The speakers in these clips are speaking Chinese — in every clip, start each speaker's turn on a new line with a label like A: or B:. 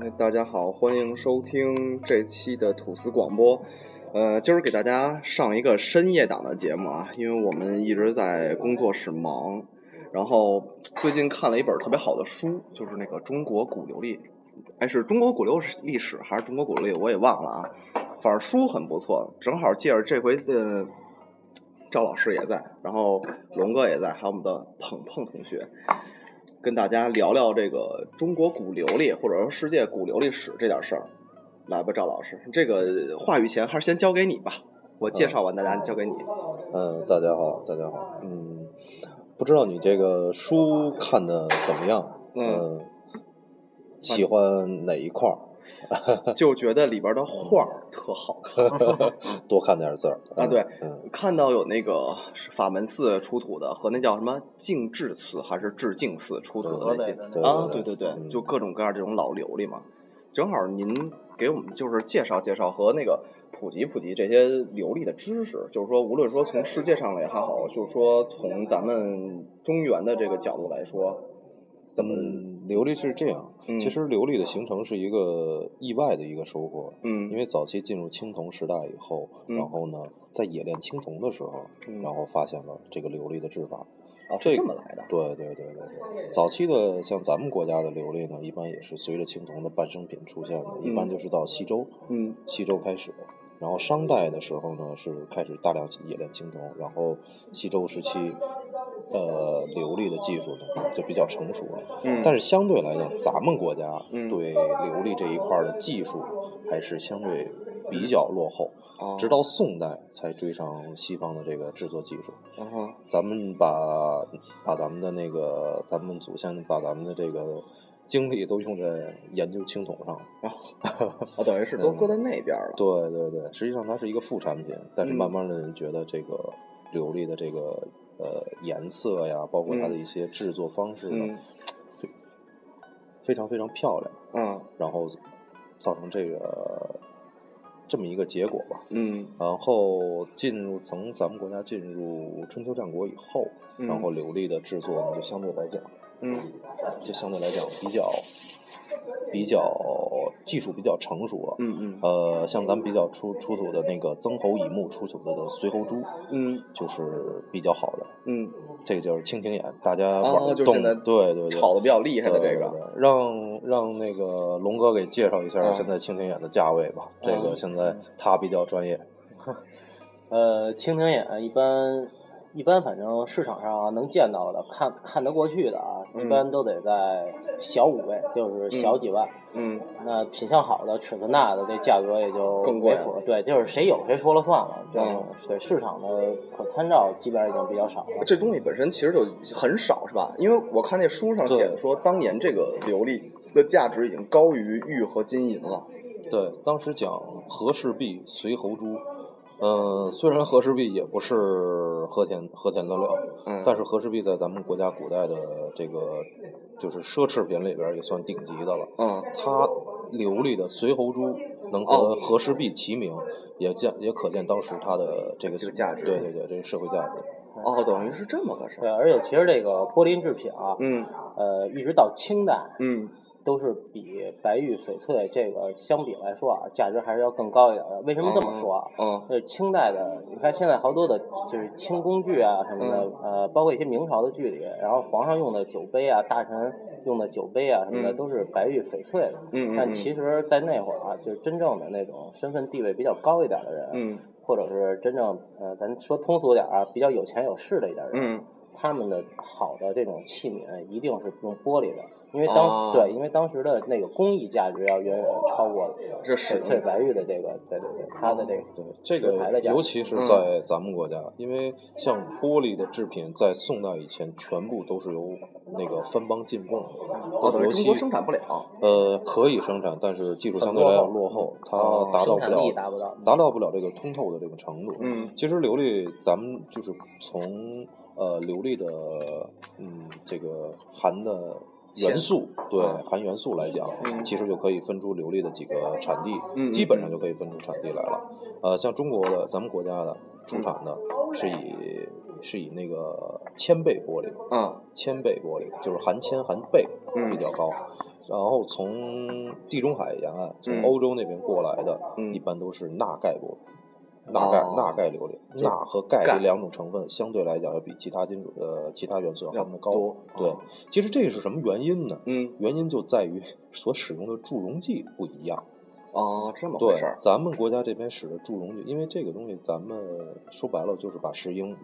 A: 哎，大家好，欢迎收听这期的吐司广播。呃，今儿给大家上一个深夜档的节目啊，因为我们一直在工作室忙，然后最近看了一本特别好的书，就是那个《中国古流历》，哎，是中国古流历史还是中国古流历，我也忘了啊。反正书很不错，正好借着这回呃的赵老师也在，然后龙哥也在，还有我们的鹏鹏同学，跟大家聊聊这个中国古流历或者说世界古流历史这点事儿。来吧，赵老师，这个话语权还是先交给你吧。我介绍完大家，交给你。
B: 嗯，大家好，大家好，嗯，不知道你这个书看的怎么样？
A: 嗯
B: 嗯，喜欢哪一块儿？
A: 就觉得里边的画儿特好看
B: 多看点字儿
A: 啊，对，
B: 嗯，
A: 看到有那个是法门寺出土的和那叫什么静智寺还是致敬寺出土的那些
B: 对对
A: 啊，
B: 对
A: 对对，
B: 嗯
A: 就各种各样这种老琉璃嘛。正好您给我们就是介绍介绍和那个普及普及这些琉璃的知识，就是说无论说从世界上来也好，就是说从咱们中原的这个角度来说，怎么
B: 嗯，琉璃是这样，
A: 嗯
B: 其实琉璃的形成是一个意外的一个收获，
A: 嗯，
B: 因为早期进入青铜时代以后，
A: 嗯
B: 然后呢，在冶炼青铜的时候，
A: 嗯
B: 然后发现了这个琉璃的制法，
A: 哦是
B: 这
A: 这
B: 个
A: 么来的，
B: 对对对对对，
A: 嗯
B: 早期的像咱们国家的琉璃呢，一般也是随着青铜的半生品出现的，一般
A: 嗯
B: 就是到西周，
A: 嗯
B: 西周开始。然后商代的时候呢，是开始大量冶炼青铜，然后西周时期，呃，琉璃的技术呢就比较成熟了。
A: 嗯，
B: 但
A: 是
B: 是相对来讲，咱们国家
A: 嗯
B: 对琉璃这一块儿的技术还是相对比较落后，
A: 啊嗯
B: 直到宋代才追上西方的这个制作技术。
A: 然后
B: 咱们把把咱们的那个，咱们祖先把咱们的这个精力都用在研究青铜上了。
A: 啊，等于是都搁在那边了，
B: 对对对，实际上它是一个副产品，但是
A: 嗯
B: 慢慢的人觉得这个琉璃的这个呃颜色呀，包括它的
A: 嗯
B: 一些制作方式呢，
A: 嗯
B: 非常非常漂亮，
A: 嗯
B: 然后造成这个这么一个结果吧。
A: 嗯
B: 然后进入从咱们国家进入春秋战国以后，
A: 嗯
B: 然后琉璃的制作呢，就相对来讲。
A: 嗯
B: 就相对来讲比较比较技术比较成熟了。
A: 嗯嗯
B: 呃，像咱们比较出出土的那个曾侯乙墓出土的的随侯珠，
A: 嗯
B: 就是比较好的，
A: 嗯，
B: 这个就是蜻蜓眼，大家
A: 啊
B: 玩儿
A: 就
B: 动
A: 现在
B: 对对对，
A: 炒的比较厉害的
B: 对
A: 这
B: 对
A: 个，
B: 对让让那个龙哥给介绍一下
A: 啊
B: 现在蜻蜓眼的价位吧，这
C: 啊
A: 嗯
B: 个现在他比较专业，
C: 呃，蜻蜓眼一般一般，反正市场上啊能见到的、看看得过去的啊，
A: 嗯
C: 一般都得在小五位，就是小几万。
A: 嗯
C: 那品相好的、尺寸大的，这价格也就
A: 更贵
C: 没
A: 了
C: 谱。对，就是谁有谁说了算了。这
A: 嗯
C: 种对市场的可参照基本上已经比较少了。
A: 这东西本身其实就很少，是吧？因为我看那书上写的说，当年这个琉璃的价值已经高于玉和金银了。
B: 对，当时讲和氏璧随侯珠，呃，虽然和氏璧也不是和田和田的料，
A: 嗯，
B: 但
A: 是
B: 是和氏璧在咱们国家古代的这个就是奢侈品里边儿也算顶级的了。
A: 嗯
B: 它琉璃的随侯珠能和
A: 哦
B: 和氏璧齐名，也见也可见当时它的这个
A: 这个价值
B: 对对对，这个社会价值。
A: 哦，等于是这么个事
C: 对，
A: 儿。
C: 而且其实这个玻璃制品啊，
A: 嗯
C: 呃，一直到清代
A: 嗯
C: 都是比白玉、翡翠这个相比来说啊，价值还是要更高一点的。为什么这么说啊？
A: 嗯
C: 就是清代的，你看现在好多的，就是清宫剧啊什么的，
A: 嗯
C: 呃，包括一些明朝的剧里，然后皇上用的酒杯啊，大臣用的酒杯啊什么的，
A: 嗯
C: 都是白玉翡翠的。
A: 嗯，
C: 但其实，在那会儿啊，就是真正的那种身份地位比较高一点的人，
A: 嗯
C: 或者是真正呃，咱说通俗点儿啊，比较有钱有势的一点人，
A: 嗯
C: 他们的好的这种器皿一定是用玻璃的，因为当、
A: 哦
C: 对，因为当时的那个工艺价值要远远超过
A: 这使
C: 翡翠白玉的这个，对对对，它的这个。
B: 对，这
C: 石牌
B: 个
C: 的价值
B: 尤其是在
A: 嗯
B: 咱们国家，因为像玻璃的制品在宋代以前全部都是由那个藩邦进贡的，
A: 哦，
B: 都
A: 等于
B: 是由
A: 中
B: 西
A: 国生产不了。
B: 呃，可以生产，但是技术相对来讲落后，它
A: 哦
B: 达到
C: 呃生
B: 不
C: 产
B: 了
C: 力达不到，
B: 达到不了这个通透的这个程度。
A: 嗯
B: 其实琉璃，咱们就是从呃琉璃的嗯这个含的元素，对
A: 嗯
B: 含元素来讲，
A: 嗯
B: 其实就可以分出琉璃的几个产地，
A: 嗯
B: 基本上
A: 嗯
B: 就可以分出产地来了。呃，像中国的咱们国家的出
A: 嗯
B: 产的是以、是以那个千倍玻璃，
A: 嗯
B: 千倍玻璃就是含铅含倍
A: 嗯
B: 比较高。然后从地中海沿岸，从
A: 嗯
B: 欧洲那边过来的，
A: 嗯
B: 一般都是钠钙过的，钠钙、
A: 哦
B: 钠钙榴莲，
A: 就
B: 钠和钙
A: 钙
B: 这两种成分相对来讲要比其他金属呃其他元素要
A: 要
B: 含的高。
A: 多
B: 对
A: 哦，
B: 其实这是什么原因呢？
A: 嗯，
B: 原因就在于所使用的助溶剂不一样。
A: 哦，这么回
B: 对
A: 事，儿，
B: 咱们国家这边使的助溶剂，因为这个东西咱们说白了就是把石英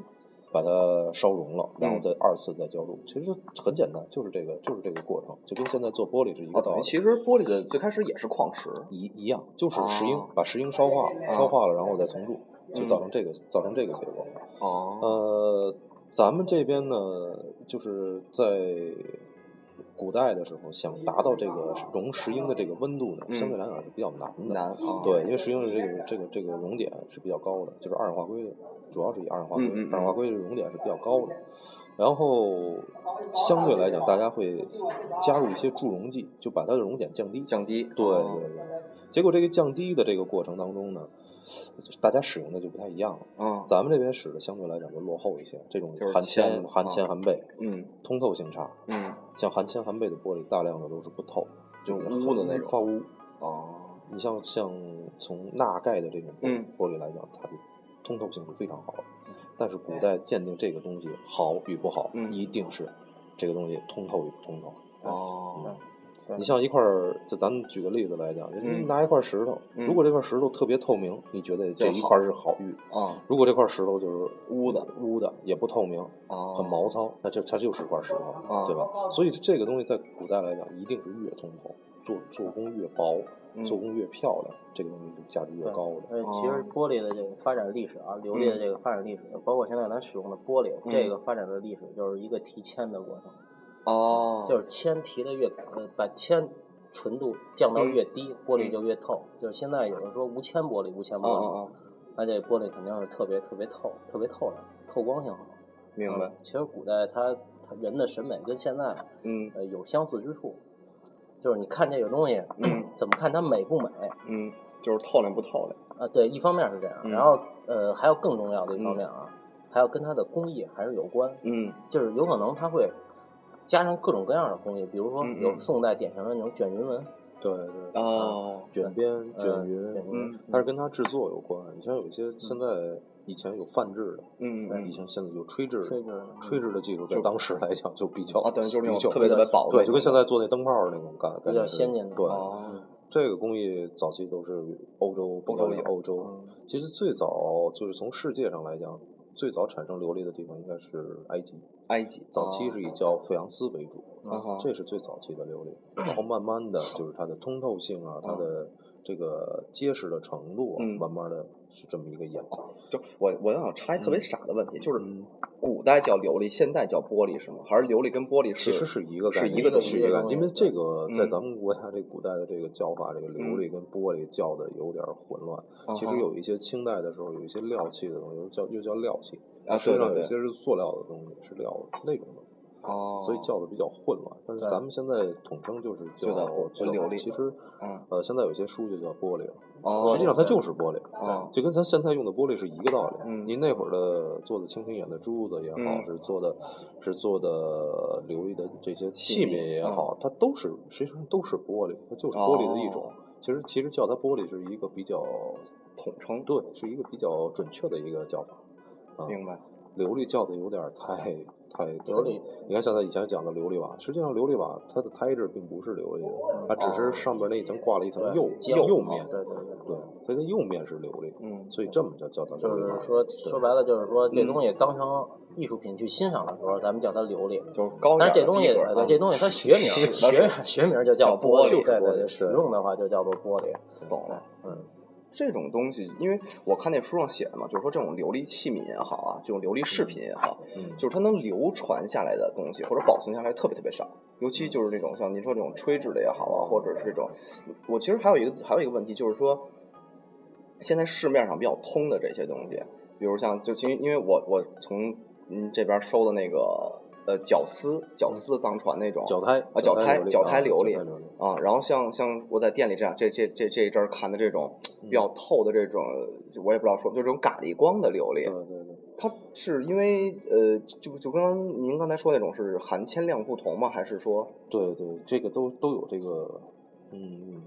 B: 把它烧融了，然
A: 嗯
B: 后再二次再浇入，其实很简单，就是这个就是这个过程，就跟现在做玻璃是一个
A: 哦，
B: 道
A: 等
B: 理。
A: 于其实玻璃的最开始也是矿石，
B: 一一样，就是石英、
A: 哦
B: 把石英烧化，
A: 啊
B: 烧化了然后再重铸，就造成这个、造成这个结果。
A: 哦，
B: 呃，咱们这边呢，就是在古代的时候，想达到这个熔石英的这个温度呢，
A: 嗯
B: 相对来讲是比较难的。
A: 难啊，
B: 对，因为石英的这个这个这个熔点是比较高的，就是二氧化硅的，主要是以二氧化硅，
A: 嗯嗯嗯
B: 二氧化硅的熔点是比较高的。然后相对来讲，大家会加入一些助溶剂，就把它的熔点降低。
A: 降低，
B: 对
A: 哦
B: 对对。结果这个降低的这个过程当中呢，大家使用的就不太一样了。
A: 嗯
B: 咱们这边使的相对来讲就落后一些，这种
A: 就是
B: 含
A: 铅
B: 铅、含铅、
A: 啊
B: 含钡，
A: 嗯
B: 通透性差。
A: 嗯，
B: 像含铅、含钡的玻璃，大量的都是不透，
A: 就是嗯污的
B: 很
A: 那种
B: 发污。
A: 哦，
B: 你像像从钠钙的这种玻璃
A: 嗯
B: 玻璃来讲，它就通透性是非常好的。但是古代鉴定这个东西好与不好，
A: 嗯
B: 一定是这个东西通透与不通透。
A: 哦，
B: 嗯你像一块儿，就咱们举个例子来讲，你
A: 嗯
B: 拿一块石头，
A: 嗯
B: 如果这块石头特别透明，你觉得这
A: 就
B: 一
A: 好
B: 块是好玉；
A: 啊，
B: 如果这块石头就是
A: 污的，
B: 污的也不透明，
A: 哦，
B: 很毛糙，那这它就是块石头，
A: 啊
B: 对吧？所以这个东西在古代来讲，一定是越通透，做做工越薄，
A: 嗯
B: 做工越漂亮，这个东西就价值越
C: 对
B: 高的。
C: 呃，其实
A: 哦
C: 玻璃的这个发展历史啊，琉璃的这个发展历史，包括现在咱使用的玻璃，这
A: 嗯
C: 个发展的历史就是一个提铅的过程，
A: 哦，
C: 就是铅提的越，呃，把铅纯度降到
A: 嗯
C: 越低，玻璃
A: 嗯
C: 就越透。就是现在有人说无铅玻璃，无铅玻
A: 哦
C: 璃，
A: 哦哦，
C: 那这玻璃肯定是特别特别透，特别透亮，透光性好。
A: 明白
C: 嗯，其实古代它它人的审美跟现在
A: 嗯
C: 呃有相似之处，就是你看这个东西，
A: 嗯
C: 怎么看它美不美
A: 嗯，就是透亮不透亮，
C: 啊？对，一方面是这样，
A: 嗯
C: 然后呃还有更重要的一方面啊，还有跟它的工艺还是有关，
A: 嗯
C: 就是有可能它会加上各种各样的工艺，比如说
A: 嗯嗯
C: 有宋代典型的那种卷云纹，
B: 对对，
A: 哦，
B: 卷边、
C: 呃
B: 卷云
C: 卷，
A: 嗯
C: 云
B: 但是跟它制作有关。你像有一些现在以前有泛制的，
A: 嗯
B: 以
A: 嗯，
B: 前现在有吹制
C: 吹制
B: 的。
C: 的
B: 吹制的技术在
A: 就
B: 当时来讲就比较
A: 啊，等于就是那
B: 比较
A: 种特别特别薄的那种，
B: 对，就跟现在嗯做那灯泡儿那种感感觉
C: 比较
B: 是
C: 先进的
B: 对，
A: 哦，
B: 这个工艺早期都是欧洲，比较
A: 欧洲有
B: 欧洲。
C: 嗯
B: 其实最早就是从世界上来讲，最早产生琉璃的地方应该是埃及，
A: 埃及哦
B: 早期是以叫费扬斯为主，
A: 啊哈
B: 这是最早期的琉璃。然后慢慢 的就是它的通透性啊，它的这个结实的程度啊，
A: 嗯
B: 慢慢的是这么一个演化。
A: 就我我想插一特别傻的问题，就是
B: 嗯
A: 古代叫琉璃，现代叫玻璃是吗？还是琉璃跟玻璃
B: 其实是一个概念，
A: 是一个东西
B: 是一个概念，
C: 是一个东西
B: 因为这个
A: 嗯
B: 在咱们国家这古代的这个叫法，这个琉璃跟玻璃叫的有点混乱。
A: 啊
B: 其实有一些清代的时候，有一些料器的东西，又叫又叫料器，
A: 啊
B: 实际上
A: 对对
B: 有些是塑料的东西，是料的那种东西，
A: 哦，
B: 所以叫的比较混乱。但是
C: 对
B: 咱们现在统称就是
A: 就
B: 叫
A: 叫玻
B: 叫
A: 琉璃
B: 其实
A: 嗯
B: 呃，现在有些书就叫玻璃了，
A: 哦，
B: 实际上它就是玻璃。
A: 哦
B: 就跟咱现在用的玻璃是一个道理。
A: 嗯
B: 您那会儿的做的蜻蜓眼的珠子也好，
A: 嗯
B: 是做的是做的琉璃的这些
A: 器
B: 器
A: 皿
B: 皿也好，它都是实际上都是玻璃，它就是
A: 哦
B: 玻璃的一种。其实其实叫它玻璃是一个比较
A: 统称，
B: 对，是一个比较准确的一个叫法。啊、
A: 明白
B: 琉璃叫的有点儿太太
C: 琉璃，
B: 你看像咱以前讲的琉璃瓦，实际上琉璃瓦它的胎质并不是琉璃的，它只是上面那一层挂了一层
C: 对
B: 釉
C: 胶
B: 釉
A: 啊
C: 嘛
B: 面，
C: 对对对。
B: 对，它的釉面是琉璃，
A: 嗯
B: 所以这么叫叫它琉
C: 就
B: 璃瓦
C: 是。说，说白了就是说，这东西当成艺术品去欣赏的时候，咱们叫它琉璃。
A: 就是高
C: 但
A: 点
C: 是
A: 儿的
C: 这东西，
A: 逼格
C: 呃对
A: 啊
C: 这东西它学名
A: 是是
C: 学
A: 是
C: 学名就叫
A: 叫玻
C: 璃，
A: 璃
C: 对
A: 玻璃
C: 对对，
B: 对
C: 使用的话就叫做玻璃。
A: 懂了。
B: 嗯，
A: 这种东西，因为我看那书上写的嘛，就是说这种琉璃器皿也好啊，这种琉璃饰品也好，
B: 嗯
A: 就是它能流传下来的东西或者保存下来特别特别少，尤
B: 嗯
A: 其就是这种像您说这种吹制的也好啊，或者是这种，我其实还有一个还有一个问题就是说，现在市面上比较通的这些东西，比如像就因为因为我我从您这边收的那个呃绞丝绞丝藏传那种
B: 脚胎
A: 啊脚胎
B: 脚
A: 脚胎琉
B: 琉璃
A: 璃
B: 啊，脚胎
A: 啊，然后像像我在店里这样这这这这一阵儿看的这种比较透的这种，我也不知道说，就这种咖喱光的琉璃，
B: 嗯对对对，
A: 它是因为呃，就就刚刚您刚才说那种是含铅量不同吗？还是说
B: 对对，这个都都有这个，嗯，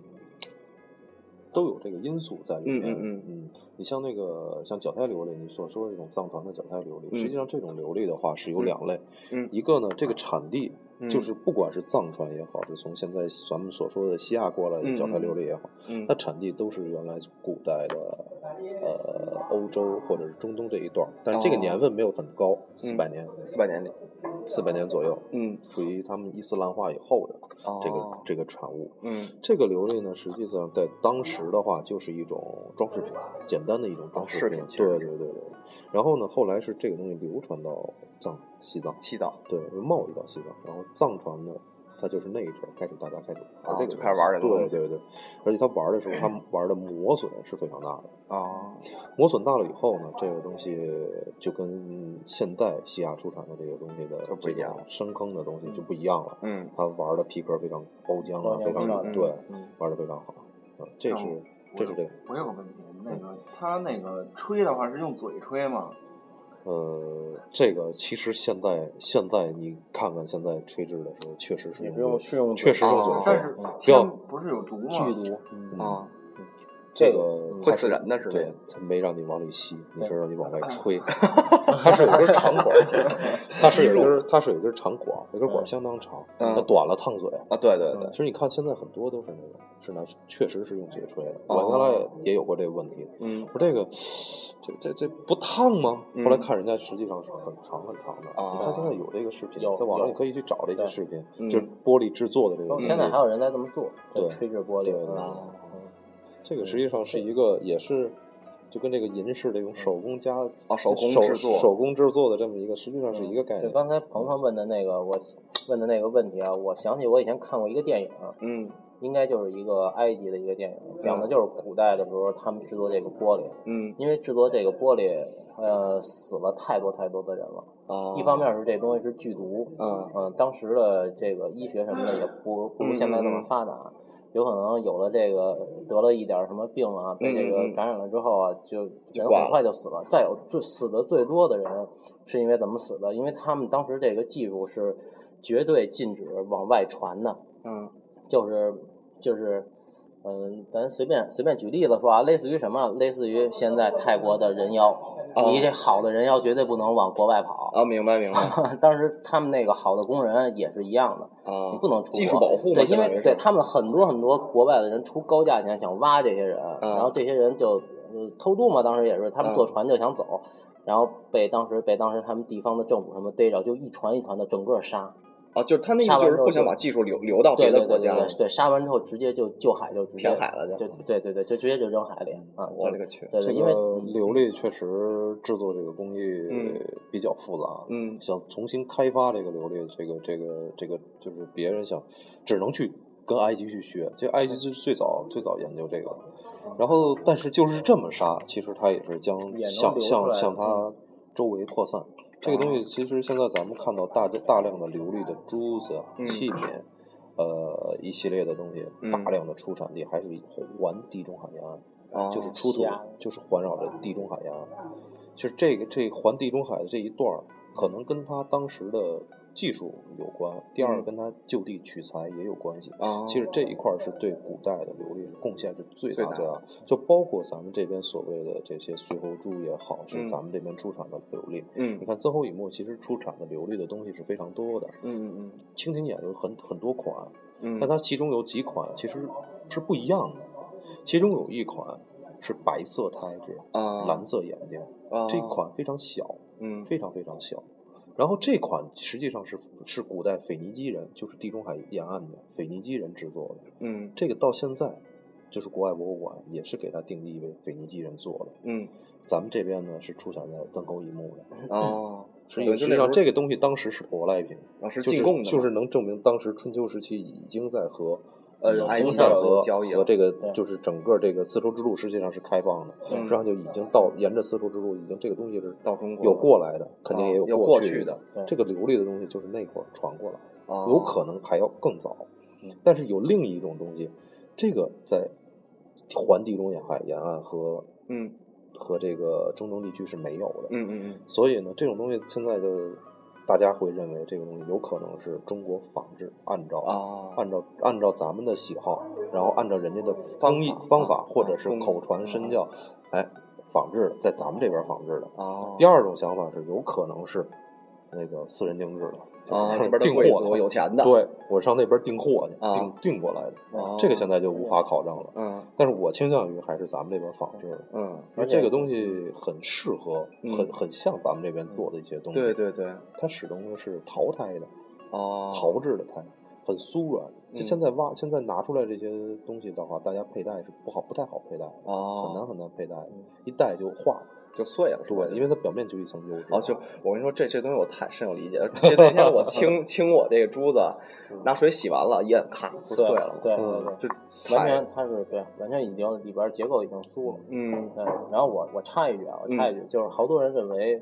B: 都有这个因素在里
A: 嗯
B: 面。
A: 嗯
B: 你像那个像脚胎琉璃，你所说的这种藏传的脚胎琉璃，
A: 嗯
B: 实际上这种琉璃的话是有
A: 嗯
B: 两类，
A: 嗯
B: 一个呢，这个产地
A: 嗯
B: 就是不管是藏传也好，是从现在咱们所说的西亚过来
A: 嗯
B: 的脚
A: 嗯
B: 胎
A: 嗯
B: 琉璃也好，
A: 嗯
B: 它产地都是原来古代的呃欧洲或者是中东这一段儿，但是这个
A: 哦
B: 年份没有很高，四百年，
A: 四百年里，
B: 四百年左右，
A: 嗯，
B: 属于他们伊斯兰化以后的这个、
A: 哦
B: 这个产物。
A: 嗯
B: 这个琉璃呢，实际上在当时的话，就是一种装饰品，简单的一种装饰
A: 哦饰品其实
B: 对对对对。然后呢，后来是这个东西流传到藏西藏，
A: 西藏
B: 对，就贸易到西藏。然后藏传呢，它就是那一阵儿开始大家开始玩
A: 啊
B: 这个东西、
A: 就开始玩这个东
B: 对
A: 西
B: 对对，而且他玩的时候， 他玩的磨损是非常大的。
A: 啊，
B: 磨损大了以后呢，这个东西就跟现代西亚出产的这个东西的
A: 就不
B: 这
A: 一样
B: 种深坑的东西就不一样了。
A: 嗯
B: 他玩的皮革非常包浆啊，
C: 包
B: 非
C: 浆不
A: 嗯
C: 少
B: 常
A: 嗯
B: 对。
A: 嗯
B: 玩的非常好，嗯，这
D: 然
B: 是
D: 后
B: 这是这个
D: 我有个问题，那个他那个吹的话是用嘴吹吗？
B: 呃，这个其实现在现在你看看现在吹制的时候，确实是
C: 也
B: 用
C: 不用
B: 过
C: 是用
B: 确实
A: 用
C: 啊
A: 嘴
D: 但是
C: 嗯
D: 铅
B: 要
D: 不是有毒吗？
C: 剧毒，嗯
A: 啊，
B: 这个
A: 会
B: 它
A: 死
B: 是
A: 人的是那
B: 对
A: 个，
B: 它没让你往里吸，你是让你往外 吹，它是有根长管儿，它是有根它是有根长管儿，有根管儿
C: 嗯
B: 相当长，
A: 嗯
B: 它短了烫嘴。
A: 啊，对对对
B: 其，实你看，现在很多都是那个，是拿确实是用
C: 嗯
B: 嘴吹的。
A: 哦
B: 我原来也有过这个问题，
A: 嗯
B: 我说这个，这这这不烫吗？
A: 嗯
B: 后来看人家实际上是很长很长的。
A: 啊
B: 你看现在有这个视频，
C: 哦有
B: 在网上
C: 有
B: 你可以去找这些
C: 对
B: 视频，
A: 嗯
B: 就是玻璃制作的这个。
C: 包括现在还有人在这么做，
B: 嗯对
C: 就吹制玻璃
B: 对对对
C: 啊，
B: 这
C: 嗯
B: 个实际上是一个也是。就跟这个银饰这种手工加
C: 哦
A: 啊手工制作
B: 手工制作的这么一个，实际上是一个概
C: 就
B: 念。
C: 刚才鹏鹏问的那个，我问的那个问题啊，我想起我以前看过一个电影，
A: 嗯
C: 应该就是一个埃及的一个电影，讲的就是古代的时候他们制作这个玻璃，
A: 嗯
C: 因为制作这个玻璃，呃，死了太多太多的人了。
A: 啊，
C: 哦一方面是这东西是剧毒，
A: 嗯
C: 嗯，当时的这个医学什么的也不不如现在那
A: 嗯
C: 么发达，有可能有了这个得了一点儿什么病啊，被这
A: 嗯嗯
C: 个
A: 嗯
C: 感染了之后啊，就人
A: 挂了
C: 很快就死了。再有最死的最多的人是因为怎么死的？因为他们当时这个技术是绝对禁止往外传的，
A: 嗯
C: 就是就是，嗯，咱随便随便举例子说啊，类似于什么，类似于现在泰国的人妖，
A: 哦
C: 你这好的人妖绝对不能往国外跑。
A: 啊，明白明白
C: 当时他们那个好的工人也是一样的，
A: 啊，
C: 你不能出国
A: 技术保护嘛，
C: 对，因
A: 相当于
C: 为
A: 是
C: 对他们很多很多国外的人出高价钱想挖这些人，
A: 嗯
C: 然后这些人就、呃偷渡嘛，当时也是他们坐船就想走，然后被当时被当时他们地方的政府什么逮着，就一船一船的整个杀，
A: 啊，就是他那
C: 下
A: 个
C: 完
A: 就是
C: 之后
A: 不想
C: 就
A: 把技术留留到别的
C: 对对对
A: 国
C: 对
A: 家，
C: 对对，杀完之后直接就就海就直接
A: 填海了就
C: 就对对对，就直接就扔海里啊，
A: 我勒
C: 就
A: 个去，
C: 对
B: 这
C: 对，
B: 个
C: 因为
B: 琉璃确实制作这个工艺
A: 嗯
B: 比较复杂，
A: 嗯
B: 想重新开发这个琉璃，这个这个这个就是别人想，只能去跟埃及去学。这埃及是最早最早研究这个的，然后但是就是这么杀，其实它也是将
C: 也能
B: 向
C: 流出
B: 向
C: 来
B: 向
C: 嗯
B: 它周围扩散。这个东西其实现在咱们看到大大量的琉璃的珠子、啊
A: 嗯
B: 器皿。呃，一系列的东西，
A: 嗯
B: 大量的出产地还是环地中海沿岸，
A: 啊，
B: 就是出土
C: 西亚，
B: 就是环绕着地中海沿岸。
A: 嗯
B: 就是这个这环地中海的这一段儿，可能跟他当时的技术有关，第
A: 嗯
B: 二个跟他就地取材也有关系。
A: 啊，
B: 其实这一块儿是对古代的琉璃是贡献是最
A: 最
B: 大
A: 大
B: 最大的，就包括咱们这边所谓的这些随后珠也好，是
A: 嗯
B: 咱们这边出产的琉璃。
A: 嗯
B: 你看曾侯乙墓其实出产的琉璃的东西是非常多的，
A: 嗯嗯
B: 蜻蜓眼有很很多款，
A: 嗯，
B: 但它其中有几款其实是不一样的，其中有一款是白色胎质，
A: 啊
B: 蓝色眼睛，
A: 啊
B: 这款非常小，
A: 嗯
B: 非常非常小。然后这款实际上是是古代腓尼基人，就是地中海沿岸的腓尼基人制作的。
A: 嗯
B: 这个到现在，就是国外博物馆也是给它定义为腓尼基人做的。
A: 嗯
B: 咱们这边呢是出产在曾沟一墓的，
A: 啊，
B: 实
A: 对就
B: 际嗯实
A: 那
B: 际
A: 时候
B: 上这个东西当时是舶来品，
A: 啊是
B: 就是
A: 进贡的嘛，
B: 就是能证明当时春秋时期已经在和
A: 呃
B: 已
A: 埃及
B: 经在
A: 有
B: 嗯和
A: 交易了
B: 和这个
C: 对
B: 就是整个这个丝绸之路实际上是开放的，
A: 嗯
B: 实际上就已经到沿着丝绸之路已经这个东西是
A: 到中国
B: 有
A: 了
B: 过来的，肯定
A: 啊
B: 也
A: 有
B: 过
A: 过去
B: 的
A: 的。
C: 对
B: 这个琉璃的东西就是那会儿传过来，
A: 啊嗯
B: 有可能还要更早。但是有另一种东西，这个在环地中沿海沿岸和
A: 嗯
B: 和这个中东地区是没有的。
A: 嗯嗯嗯，
B: 所以呢，这种东西现在的大家会认为这个东西有可能是中国仿制，按照、
A: 哦
B: 按照按照咱们的喜好，然后按照人家的
A: 方
B: 工艺
A: 法
B: 方
A: 啊
B: 法或者是
A: 工艺
B: 口传身教，哎，仿制的，在咱们这边仿制的。
A: 哦，
B: 第二种想法是有可能是那个私人定制的，
A: 啊，
B: 就
A: 这
B: 是
A: 边的
B: 订
A: 贵
B: 货
A: 族有钱的，，
B: 对我上那边订货去，
A: 啊
B: 订订过来的，
A: 哦
B: 这个现在就无法考证了。
A: 嗯
B: 但是我倾向于还是咱们这边仿制的，
A: 嗯，
B: 因为这个东西很适合，
A: 嗯
B: 很很像咱们这边做的一些东西。
A: 对，对对，
B: 它使用的是陶胎的，
A: 哦，
B: 陶制的胎，很酥软。就
A: 嗯
B: 现在挖，现在拿出来这些东西的话，大家佩戴是不好，不太好佩戴，
A: 哦，
B: 很难很难佩戴，一戴就化。
A: 就碎了，是吧？
B: 对，因为它表面就一层油脂。
A: 哦，就我跟你说，这这东西我太深有理解了。这那天我清清我这个珠子，拿水洗完了，一摁，咔，不是碎了吗？
C: 对
B: 嗯
C: 对对，
A: 就
C: 完
A: 太
C: 全它是对，完全已经里边结构已经酥了。
A: 嗯
C: 对，然后我我插一句啊，我插一句，就是好多人认为，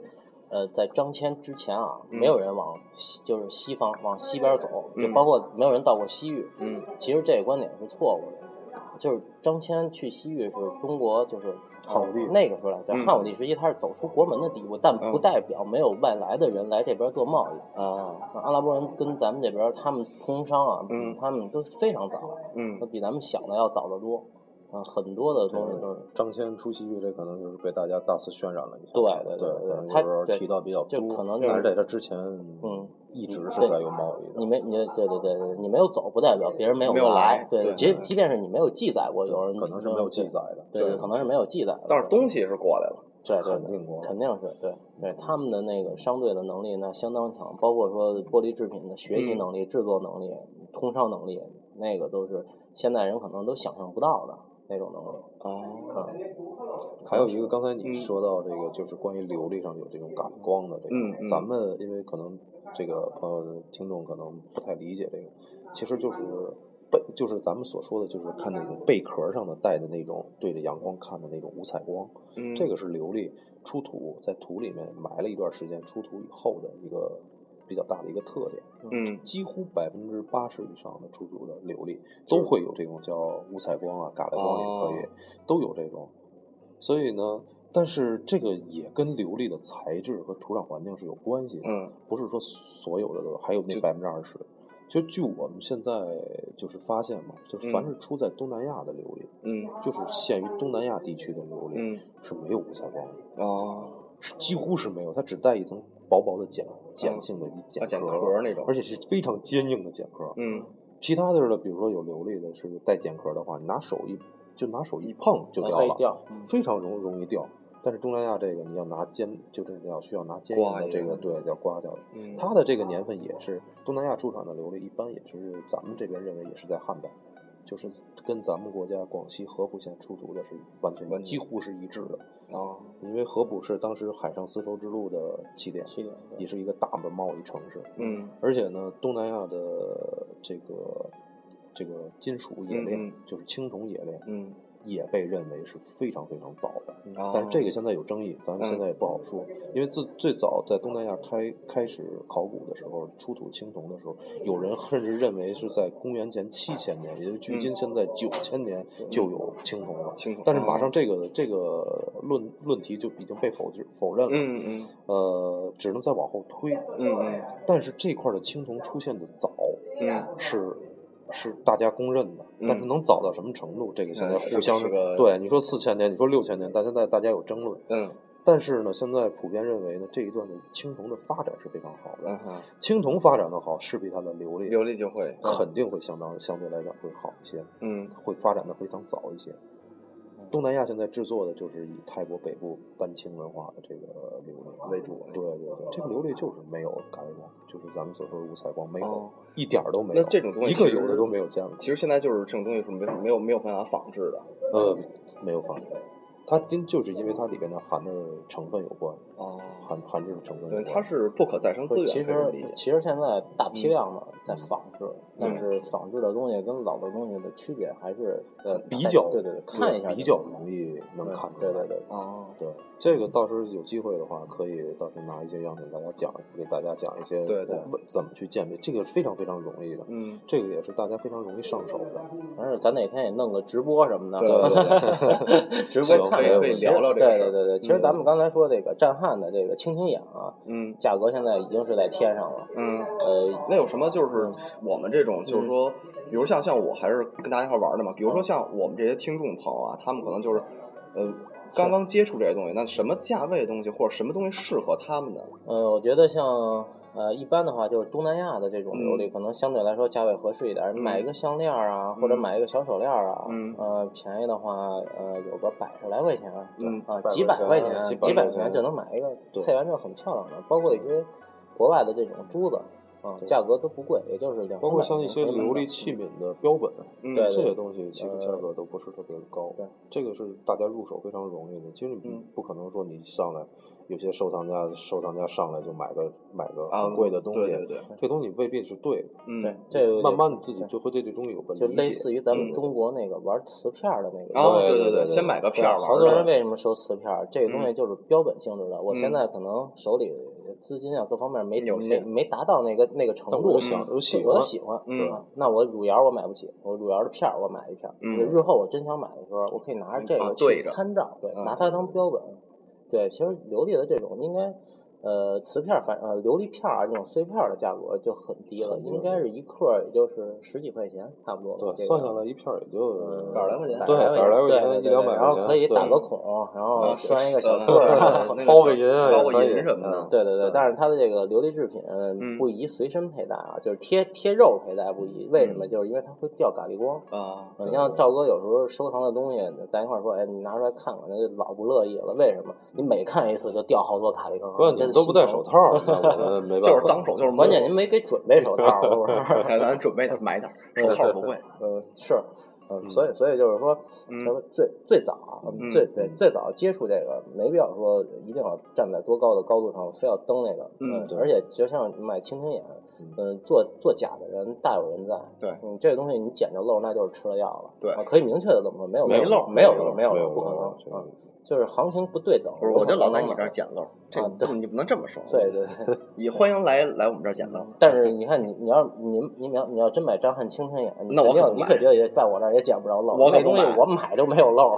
C: 呃，在张骞之前啊，
A: 嗯
C: 没有人往西，就是西方往西边走，就
A: 嗯
C: 包括没有人到过西域。
A: 嗯
C: 其实这个观点是错误的，就是张骞去西域是中国就是呃
B: 汉武帝
C: 那个时候来讲，
A: 嗯
C: 汉武帝时期他是走出国门的地步，但不
A: 嗯
C: 代表没有外来的人来这边做贸易。
A: 啊
C: 啊阿拉伯人跟咱们这边他们通商啊，
A: 嗯
C: 他们都非常早，
A: 嗯
C: 那比咱们想的要早得多。啊，很多的东西都是
B: 张骞出西域，这可能就是被大家大肆渲染了一下。
C: 对对
B: 对
C: 对
B: 可
C: 对
B: 能
C: 他
B: 有时候
C: 对
B: 提到比较
C: 就
B: 多
C: 可能就
B: 但是
C: 是
B: 在他之前，
C: 嗯，
B: 一直是
C: 对
B: 在有贸易的
C: 你。没你对对对对，你没有走不代表别人没有
A: 没有来对
C: 对，即即便是你没有记载过，有人嗯
B: 可能是没有记载，的，
C: 对对，可能是没有记载的，
A: 但是东西是过来了，
C: 对对
B: 肯
C: 对
B: 定过。
C: 肯定是对对他们的那个商队的能力呢相当强，包括说玻璃制品的学习
A: 嗯
C: 能力、制作能力、通商能力，那个都是现代人可能都想象不到的那种能力。
A: 哦，
C: 嗯，
B: 还有一个，刚才你
A: 嗯
B: 说到这个，就是关于琉璃上有这种感光的这个，
A: 嗯嗯
B: 咱们因为可能这个朋友听众可能不太理解这个，其实就是贝，就是咱们所说的，就是看那种贝壳上的带的那种对着阳光看的那种五彩光，
A: 嗯
B: 这个是琉璃出土在土里面埋了一段时间，出土以后的一个比较大的一个特点。
A: 嗯
B: 几乎百分之八十以上的出土的琉璃都会有这种叫五彩光啊、橄榄光也
A: 哦
B: 可以，都有这种。所以呢，但是这个也跟琉璃的材质和土壤环境是有关系的，
A: 嗯
B: 不是说所有的都有，还有那百分之二十。就据我们现在就是发现嘛，就凡是出在东南亚的琉璃，
A: 嗯
B: 就是限于东南亚地区的琉璃、
A: 嗯
B: 是没有五彩光的，
A: 哦，
B: 是几乎是没有，它只带一层薄薄的碱碱性的一
A: 要捡哦壳
B: 壳
A: 儿那种
B: 而，且是非常坚硬的碱壳。
A: 嗯
B: 其他的呢，比如说有琉璃的，是带碱壳的话，你拿手一就拿手一碰就掉
A: 哎
C: 可以
B: 了，
C: 掉，
B: 非常容容易掉。但是东南亚这个你要拿尖，就是要需要拿尖硬
A: 刮
B: 的
A: 一
B: 这个
A: 下
B: 对要刮掉的。
A: 嗯，
B: 它的这个年份也是东南亚出产的琉璃，一般也是咱们这边认为也是在汉代，就是跟咱们国家广西合浦县出土的是完全
A: 完全
B: 几乎是一致的，
A: 哦
B: 因为合浦是当时海上丝绸之路的起点，
C: 七点。
B: 也是一个大的贸易城市。
A: 嗯
B: 而且呢，东南亚的这个这个金属冶炼，
A: 嗯嗯
B: 就是青铜冶炼，
A: 嗯，
B: 也被认为是非常非常早的。
A: 哦
B: 但是这个现在有争议，咱们
A: 嗯
B: 现在也不好说，因为自最早在东南亚开开始考古的时候，出土青铜的时候，有人甚至认为是在公元前七千年，也就是距今
A: 嗯
B: 现在九千年就有青铜了。
A: 清楚，
B: 但是马上这个这个论论题就已经被否决否认了，
A: 嗯嗯
B: 呃，只能再往后推。
A: 嗯嗯
B: 但是这块的青铜出现的早，
A: 嗯
B: 是是大家公认的，
A: 嗯
B: 但是能早到什么程度，这个现在
A: 嗯是
B: 互相
A: 是个
B: 对你说四千年，你说六千年，大家在大家有争论。
A: 嗯
B: 但是呢，现在普遍认为呢，这一段的青铜的发展是非常好的
A: 嗯，，哼
B: 青铜发展的好，势必它的琉璃
A: 琉璃就会，
B: 肯定会相当相对来讲会好一些，
A: 嗯
B: 会发展的非常早一些。东南亚现在制作的就是以泰国北部丹青文化的这个琉璃
A: 为主嗯
B: 对对对，这个琉璃就是没有感光，就是咱们所说的五彩光，没有，
A: 哦，
B: 一点儿都没有。
A: 那这种东西
B: 一个
A: 其实
B: 有的都没有见过。
A: 其实现在就是这种东西是没有没有没有办法仿制的，
B: 呃，没有发现，它因就是因为它里边的含的成分有关，
A: 哦，
B: 含含这个成分有
A: 对，
B: 关。
A: 它是不可再生资源，
C: 其
A: 可以这么理
C: 实
A: 解嗯
C: 其实现在大批量的在仿制，但是仿制的东西跟老的东西的区别还是呃
B: 比较
C: 对对对，看一下就
B: 比较容易能
C: 对
B: 看出
C: 对
B: 来。
C: 对对，
A: 哦，
B: 对，这个到时候有机会的话，可以到时候拿一些样品大家讲，给大家讲一些
A: 对对
B: 为怎么去鉴别，这个是非常非常容易的，
A: 嗯，
B: 这个也是大家非常容易上手的。
C: 反正咱哪天也弄个直播什么的，
A: 对对
C: 直播
B: 行
C: 看
B: 可以
C: 看
B: 可以
C: 其实
A: 聊聊这个
C: 对
A: 事儿
C: 对对对，其实咱们刚才说这个战汉的这个蜻蜓眼啊，
A: 嗯
C: 价格现在已经是在天上了，
A: 嗯，
C: 呃，
A: 那有什么就是我们这种，就是说，比如像像我还是跟大家一块玩的嘛，比如说像我们这些听众朋友啊，他们可能就是，呃，刚刚接触这些东西，那什么价位的东西或者什么东西适合他们呢？
C: 呃，我觉得像呃一般的话，就是东南亚的这种
A: 嗯
C: 琉璃，可能相对来说价位合适一点儿，
A: 嗯
C: 买一个项链儿啊，或者
A: 嗯
C: 买一个小手链儿啊，
A: 嗯
C: 呃，便宜的话，呃，有个百十来块钱，
A: 嗯
C: 啊，
B: 百
C: 几
B: 块
C: 百
B: 钱
C: 块钱，
B: 几百
C: 几百
B: 块
C: 块钱
B: 钱
C: 就能买一个
B: 对
C: 配完之后很漂亮的，包括一些国外的这种珠子。啊，
B: 对
C: 价格都不贵，也就是两
B: 包括像一些琉璃
C: 器，
B: 器皿的标本，
A: 嗯
C: 对呃
B: 这些东西其实价格都不是特别高，
C: 对
B: 这个是大家入手非常容易的。其实你
A: 嗯
B: 不可能说你一上来，有些收藏家收藏家上来就买个买个
A: 啊，
B: 很贵的东西，
A: 对对对，
B: 这东西未必是对的。
A: 嗯，
C: 对，这个
B: 慢慢你自己就会对这东西有个理
C: 就
B: 解。啊
C: 类似于咱
A: 嗯
C: 们中国那个玩瓷片儿的那个
A: 然后
B: 对
A: 啊对
B: 对
A: 对，
B: 对
A: 先买个
C: 对
A: 片儿玩嗯
C: 好多人
A: 儿，
C: 为什么收瓷片儿？这个东西就是标本性质的。我现在可能手里资金啊各方面没
A: 嗯有
C: 没
A: 限
C: 没达到那个那个程
B: 但
C: 度，
B: 我
C: 我
B: 又
C: 就
B: 想，我喜
C: 我
B: 欢
C: 就，喜欢。
A: 嗯
C: 对吧那我汝窑我买不起，我汝窑的片儿我买一片儿。
A: 嗯
C: 就是日后我真想买的时候，我可以拿着这
A: 啊
C: 个
A: 对
C: 去
A: 着
C: 参照，对，
A: 嗯
C: 拿它当标本。对，其实琉璃的这种应该。呃，瓷片儿反呃琉璃片儿啊，这种碎片儿的价格就很低了，
B: 很低了
C: 应该是一克儿也就是十几块钱，差不多吧。这
B: 对，
C: 个
B: 算下来一片儿也就
C: 嗯
A: 百来块钱
B: 对，
C: 百
B: 百来块
C: 对对
B: 钱一
C: 对
B: 两百块钱，
C: 然后可以打
B: 对
C: 个孔，然后
A: 啊
C: 拴一个小
A: 呃
C: 坠儿，然后
A: 对对 对那个
B: 包个
A: 小
B: 银啊
A: 包个
B: 也可以
A: 银什么的，
C: 对对对，但是它的这个琉璃制品
B: 嗯
C: 不宜随身佩戴啊，就是贴贴肉佩戴不宜。为什么？
B: 嗯
C: 就是因为它会掉咖喱光。
A: 啊，
C: 你像赵哥有时候收藏的东西，咱一块儿说，哎，你拿出来看看，那就老不乐意了。为什么？你每看一次就掉好多咖喱光。
B: 关键你都不戴手，套儿， 那我没办法，
A: 就是脏手就是摸
C: 关键您没给准备手套，是不是？
A: 咱准备点儿买点儿，手套不贵，
C: 嗯， 是，嗯，所以所以就是说，
A: 嗯
C: 咱们最最早啊，
A: 嗯
C: 最最最早接触这个，没必要说一定要站在多高的高度上，非要登那个，
A: 嗯
B: 对
C: 而且就像你买蜻蜓眼，嗯，做做假的人大有人在，
A: 对
C: 嗯，这个东西你捡着漏，那就是吃了药了，
A: 对
C: 啊可以明确的这么说，没有
B: 没
C: 漏
A: 漏
C: 没有漏，
B: 没
C: 有
B: 有
C: 漏，
B: 漏
C: 不可
B: 没有漏这
C: 能
B: 个
C: 啊，
A: 嗯
C: 就是行情不对等，
A: 不是，我就老在你这
C: 这
A: 儿，捡漏，这
C: 啊
A: 不你不能这么说，
C: 对对对。
A: 也欢迎来来我们这儿捡漏，
C: 但是你看你，你要你你你要你要真买张翰清天眼，你
A: 那我
C: 肯定
A: 可不
C: 你
A: 买
C: 肯定也在我这儿也捡不着漏。
A: 我可不
C: 那东
A: 买嗯
C: 西我买都没 有漏。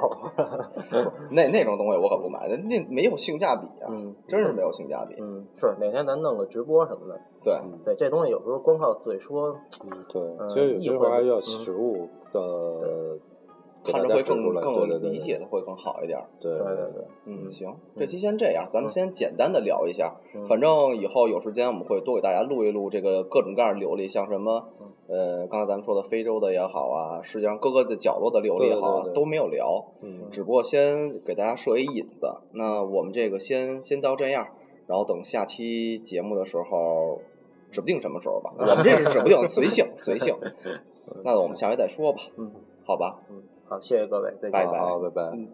A: 那那种东西我可不买，那那没有性价比啊，
C: 嗯
A: 真是没有性价比，
C: 嗯，是哪天咱弄个直播什么的。
A: 对，
C: 对，这东西有时候光靠嘴说，
B: 嗯对，
C: 呃
B: 其实有
C: 一
B: 些
C: 会儿
B: 话
C: 就
B: 要
C: 嗯
B: 实物的，给
A: 看
B: 大
A: 着
B: 家
A: 会
B: 指
A: 更
B: 出来，对对
A: 更
B: 对
A: 理解的会更好一点儿。
B: 对
C: 对
B: 对
C: 对
B: 对
C: 对，
A: 嗯，
C: 嗯
A: 行，这期先这样，咱们先简单的聊一下。
C: 嗯
A: 反正以后有时间我们会多给大家录一录这个各种各样的琉璃，像什么呃，刚才咱们说的非洲的也好啊，世界上各个的角落的琉璃也好啊，
B: 对对对
A: 都没有聊。
B: 嗯
A: 只不过先给大家设一引子。那我们这个先先到这样，然后等下期节目的时候，指不定什么时候吧。我们这是指不 定，随性随性。那我们下回再说吧。
C: 嗯，
A: 好吧，
C: 嗯，好，谢谢各位，再见。
A: 拜拜
B: 好，拜拜。
A: 嗯，